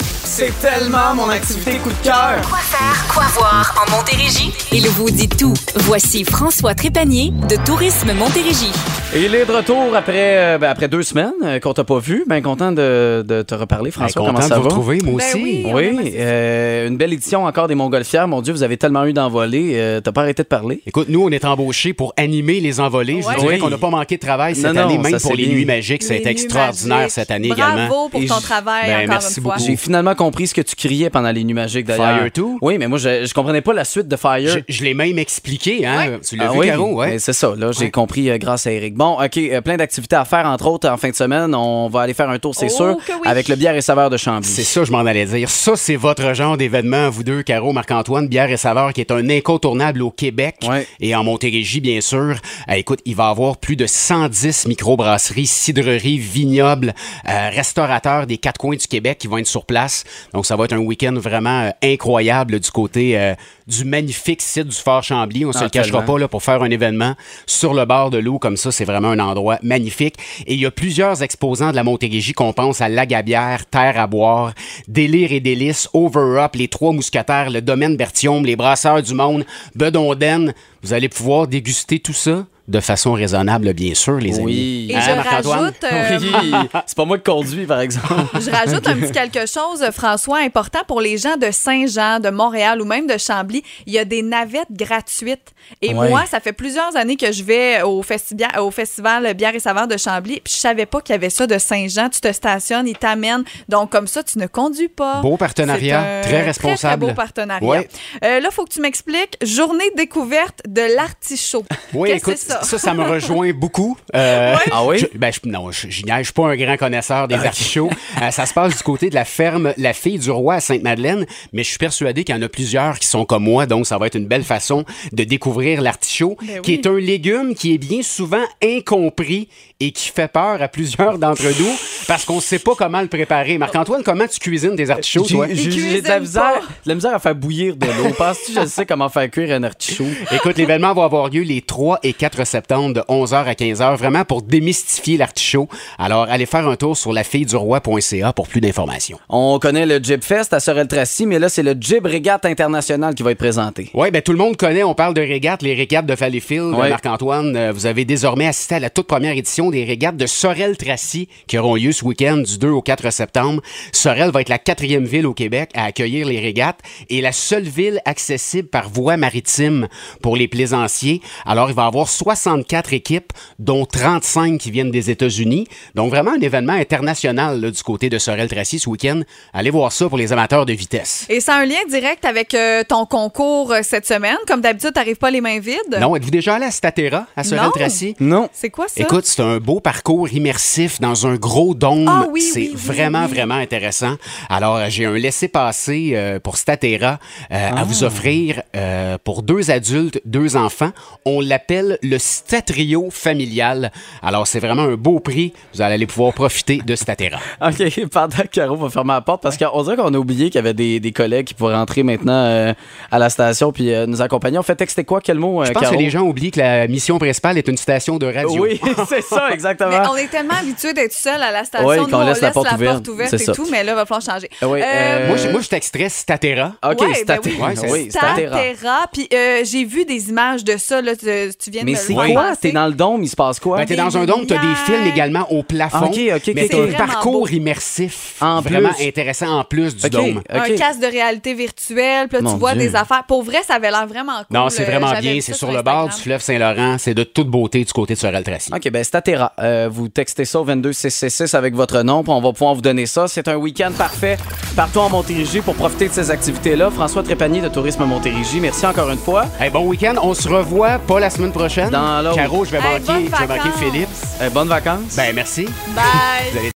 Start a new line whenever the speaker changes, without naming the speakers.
C'est tellement mon activité coup de cœur.
Quoi faire, quoi voir en Montérégie?
Il vous dit tout. Voici François Trépanier de Tourisme Montérégie.
Et il est de retour après, euh, ben, après deux semaines euh, qu'on t'a pas vu. Bien content de, de te reparler, François.
Ben, content
comment
de
ça
vous
va?
retrouver, moi
Ben
aussi.
oui.
Oui, euh, une belle édition encore des Montgolfières. Mon Dieu, vous avez tellement eu d'envolées. Euh, T'as pas arrêté de parler.
Écoute, nous, on est embauchés pour animer les envolées. Je
Ouais.
vous dirais
Oui.
qu'on n'a pas manqué de travail cette
Non, non,
année,
ça,
même
c'est
pour les
bien.
nuits magiques. Ça a
Les
été
nuits
extraordinaire
magiques.
cette année également.
Bravo pour
Et
ton
je-
travail
Ben,
encore
merci
une fois.
beaucoup.
J'ai finalement compris ce que tu criais pendant les nuits magiques d'ailleurs.
Fire two?
Oui, mais moi, je, je comprenais pas la suite de Fire.
Je, je l'ai même expliqué, hein? Tu l'as
Ah
vu,
oui,
Caro, ouais.
mais c'est ça, là, j'ai compris euh, grâce à Eric. Bon, OK, euh, plein d'activités à faire, entre autres, en fin de semaine. On va aller faire un tour, c'est
Oh
sûr,
que oui.
avec le bière et saveur de Chambly.
C'est ça, je m'en allais dire. Ça, c'est votre genre d'événement, vous deux, Caro, Marc-Antoine, Bière et Saveur, qui est un incontournable au Québec
Ouais.
et en Montérégie, bien sûr. Eh, écoute, il va y avoir plus de 110 microbrasseries, cidreries, vignobles, euh, restaurateurs des quatre coins du Québec qui vont être sur place. Donc, ça va être un week-end vraiment euh, incroyable du côté euh, du magnifique site du Fort Chambly. On se
Ah,
le cachera
tellement.
pas là, pour faire un événement sur le bord de l'eau comme ça. C'est vraiment un endroit magnifique. Et il y a plusieurs exposants de la Montérégie qu'on pense à Lagabière, Terre à boire, Délire et délices, Over Up, Les Trois Mousquetaires, le Domaine Bertium, Les Brasseurs du Monde, Bedonden. Vous allez pouvoir déguster tout ça de façon raisonnable, bien sûr, les
Oui.
amis.
Et
Hein,
je
Marc-Antoine?
rajoute, euh,
Ah, Oui, c'est pas moi qui conduis, par exemple.
Je rajoute un petit quelque chose, François, important pour les gens de Saint-Jean, de Montréal ou même de Chambly. Il y a des navettes gratuites.
Ah
Et
Ouais.
moi, ça fait plusieurs années que je vais au, festi- au festival Bière et Saveur de Chambly. Puis je savais pas qu'il y avait ça de Saint-Jean. Tu te stationnes, ils t'amènent. Donc, comme ça, tu ne conduis pas.
Beau partenariat,
C'est un
très responsable.
Très, très beau partenariat.
Ouais.
Euh, là, il faut que tu m'expliques. Journée découverte de l'artichaut.
Oui,
Qu'est-ce que
écoute,
c'est ça?
ça? ça, me rejoint beaucoup. Euh,
Ah oui?
je- ben, je, non, je, je niaise, je suis pas un grand connaisseur des artichauts. Euh, ça se passe du côté de la ferme La Fille du Roi à Sainte-Madeleine, mais je suis persuadé qu'il y en a plusieurs qui sont comme moi, donc ça va être une belle façon de découvrir l'artichaut,
Ben
qui
oui.
est un légume qui est bien souvent incompris et qui fait peur à plusieurs d'entre nous parce qu'on ne sait pas comment le préparer. Marc-Antoine, comment tu cuisines des artichauts, toi?
J'ai- J'ai j'ai de
cuisine
la misère,
pas.
de la misère à faire bouillir de l'eau. Penses-tu que je sais comment faire cuire un artichaut?
Écoute, l'événement va avoir lieu les 3 et 4 septembre de 11h à 15h, vraiment pour démystifier l'artichaut. Alors, allez faire un tour sur lafilleduroy.ca pour plus d'informations.
On connaît le Jib Fest à Sorel-Tracy, mais là, c'est le Jib Regatta International qui va être présenté.
Oui, ben tout le monde connaît, on parle de régates, les régates de Valleyfield.
Ouais.
Marc-Antoine, euh, vous avez désormais assisté à la toute première édition des régates de Sorel-Tracy qui auront lieu ce week-end du 2 au 4 septembre. Sorel va être la quatrième ville au Québec à accueillir les régates et la seule ville accessible par voie maritime pour les plaisanciers. Alors, il va y avoir 64 équipes, dont 35 qui viennent des États-Unis. Donc, vraiment un événement international là, du côté de Sorel-Tracy ce week-end. Allez voir ça pour les amateurs de vitesse.
Et ça a un lien direct avec euh, ton concours euh, cette semaine. Comme d'habitude, t'arrives pas les mains vides.
Non, êtes-vous déjà allé à Statera, à Sorel-Tracy?
Non.
C'est quoi ça?
Écoute, c'est un beau parcours immersif dans un gros dôme.
Ah oui,
c'est
oui, oui,
vraiment,
oui.
vraiment intéressant. Alors, euh, j'ai un laissez-passer euh, pour Statera euh,
Ah.
à vous offrir euh, pour deux adultes, deux enfants. On l'appelle le Statrio familial. Alors, c'est vraiment un beau prix. Vous allez pouvoir profiter de Statera.
OK, pendant que Caro va fermer la porte, parce qu'on dirait qu'on a oublié qu'il y avait des, des collègues qui pourraient rentrer maintenant euh, à la station puis euh, nous accompagner. On fait texter quoi, quel mot, euh,
Je pense
Caro?
que les gens oublient que la mission principale est une station de radio.
Oui, c'est ça,
Mais
exactement.
on est tellement habitué d'être seul à la station,
Ouais,
Nous,
qu'on
on
laisse la porte ouverte,
ouverte
c'est
et
ça.
tout, mais là, va falloir changer.
Ah ouais, euh,
Moi, je, moi, je t'extrais Statera.
OK,
ouais,
c'est
ben
athée.
oui.
Ouais, c'est-
oui, c'est
Statera.
athée.
Puis euh, j'ai vu des images de ça, là, tu, tu viens
Mais
de me
c'est
le
Oui.
quoi?
repenser.
T'es dans le dôme, il se passe quoi?
Ben, t'es dans un dôme, t'as des films également au plafond.
Ah, ok, ok, ok.
mais
C'est
t'as un
vraiment
parcours
beau.
immersif.
En
vraiment
plus.
intéressant en plus du
Ok,
dôme.
ok.
Un casque de réalité virtuelle, puis là,
Mon
tu vois
Dieu.
des affaires. Pour vrai, ça avait l'air vraiment cool.
Non, c'est
Euh,
vraiment
j'avais
bien.
vu
C'est
ça
sur le bord du
Instagram.
fleuve Saint-Laurent. C'est de toute beauté du côté de Sorel-Tracy.
OK, ben Statera. Euh, vous textez ça au 22666 avec votre nom, puis on va pouvoir vous donner ça. C'est un week-end parfait partout en Montérégie pour profiter de ces activités-là. François Trépanier de Tourisme Montérégie, merci encore une fois.
Hey, bon week-end. On se revoit pas la semaine prochaine.
Dans l'autre.
Caro, je vais
Hey,
manquer,
bonnes
je vais manquer
vacances.
Philippe.
Euh, bonnes vacances.
Ben, merci.
Bye!
Vous allez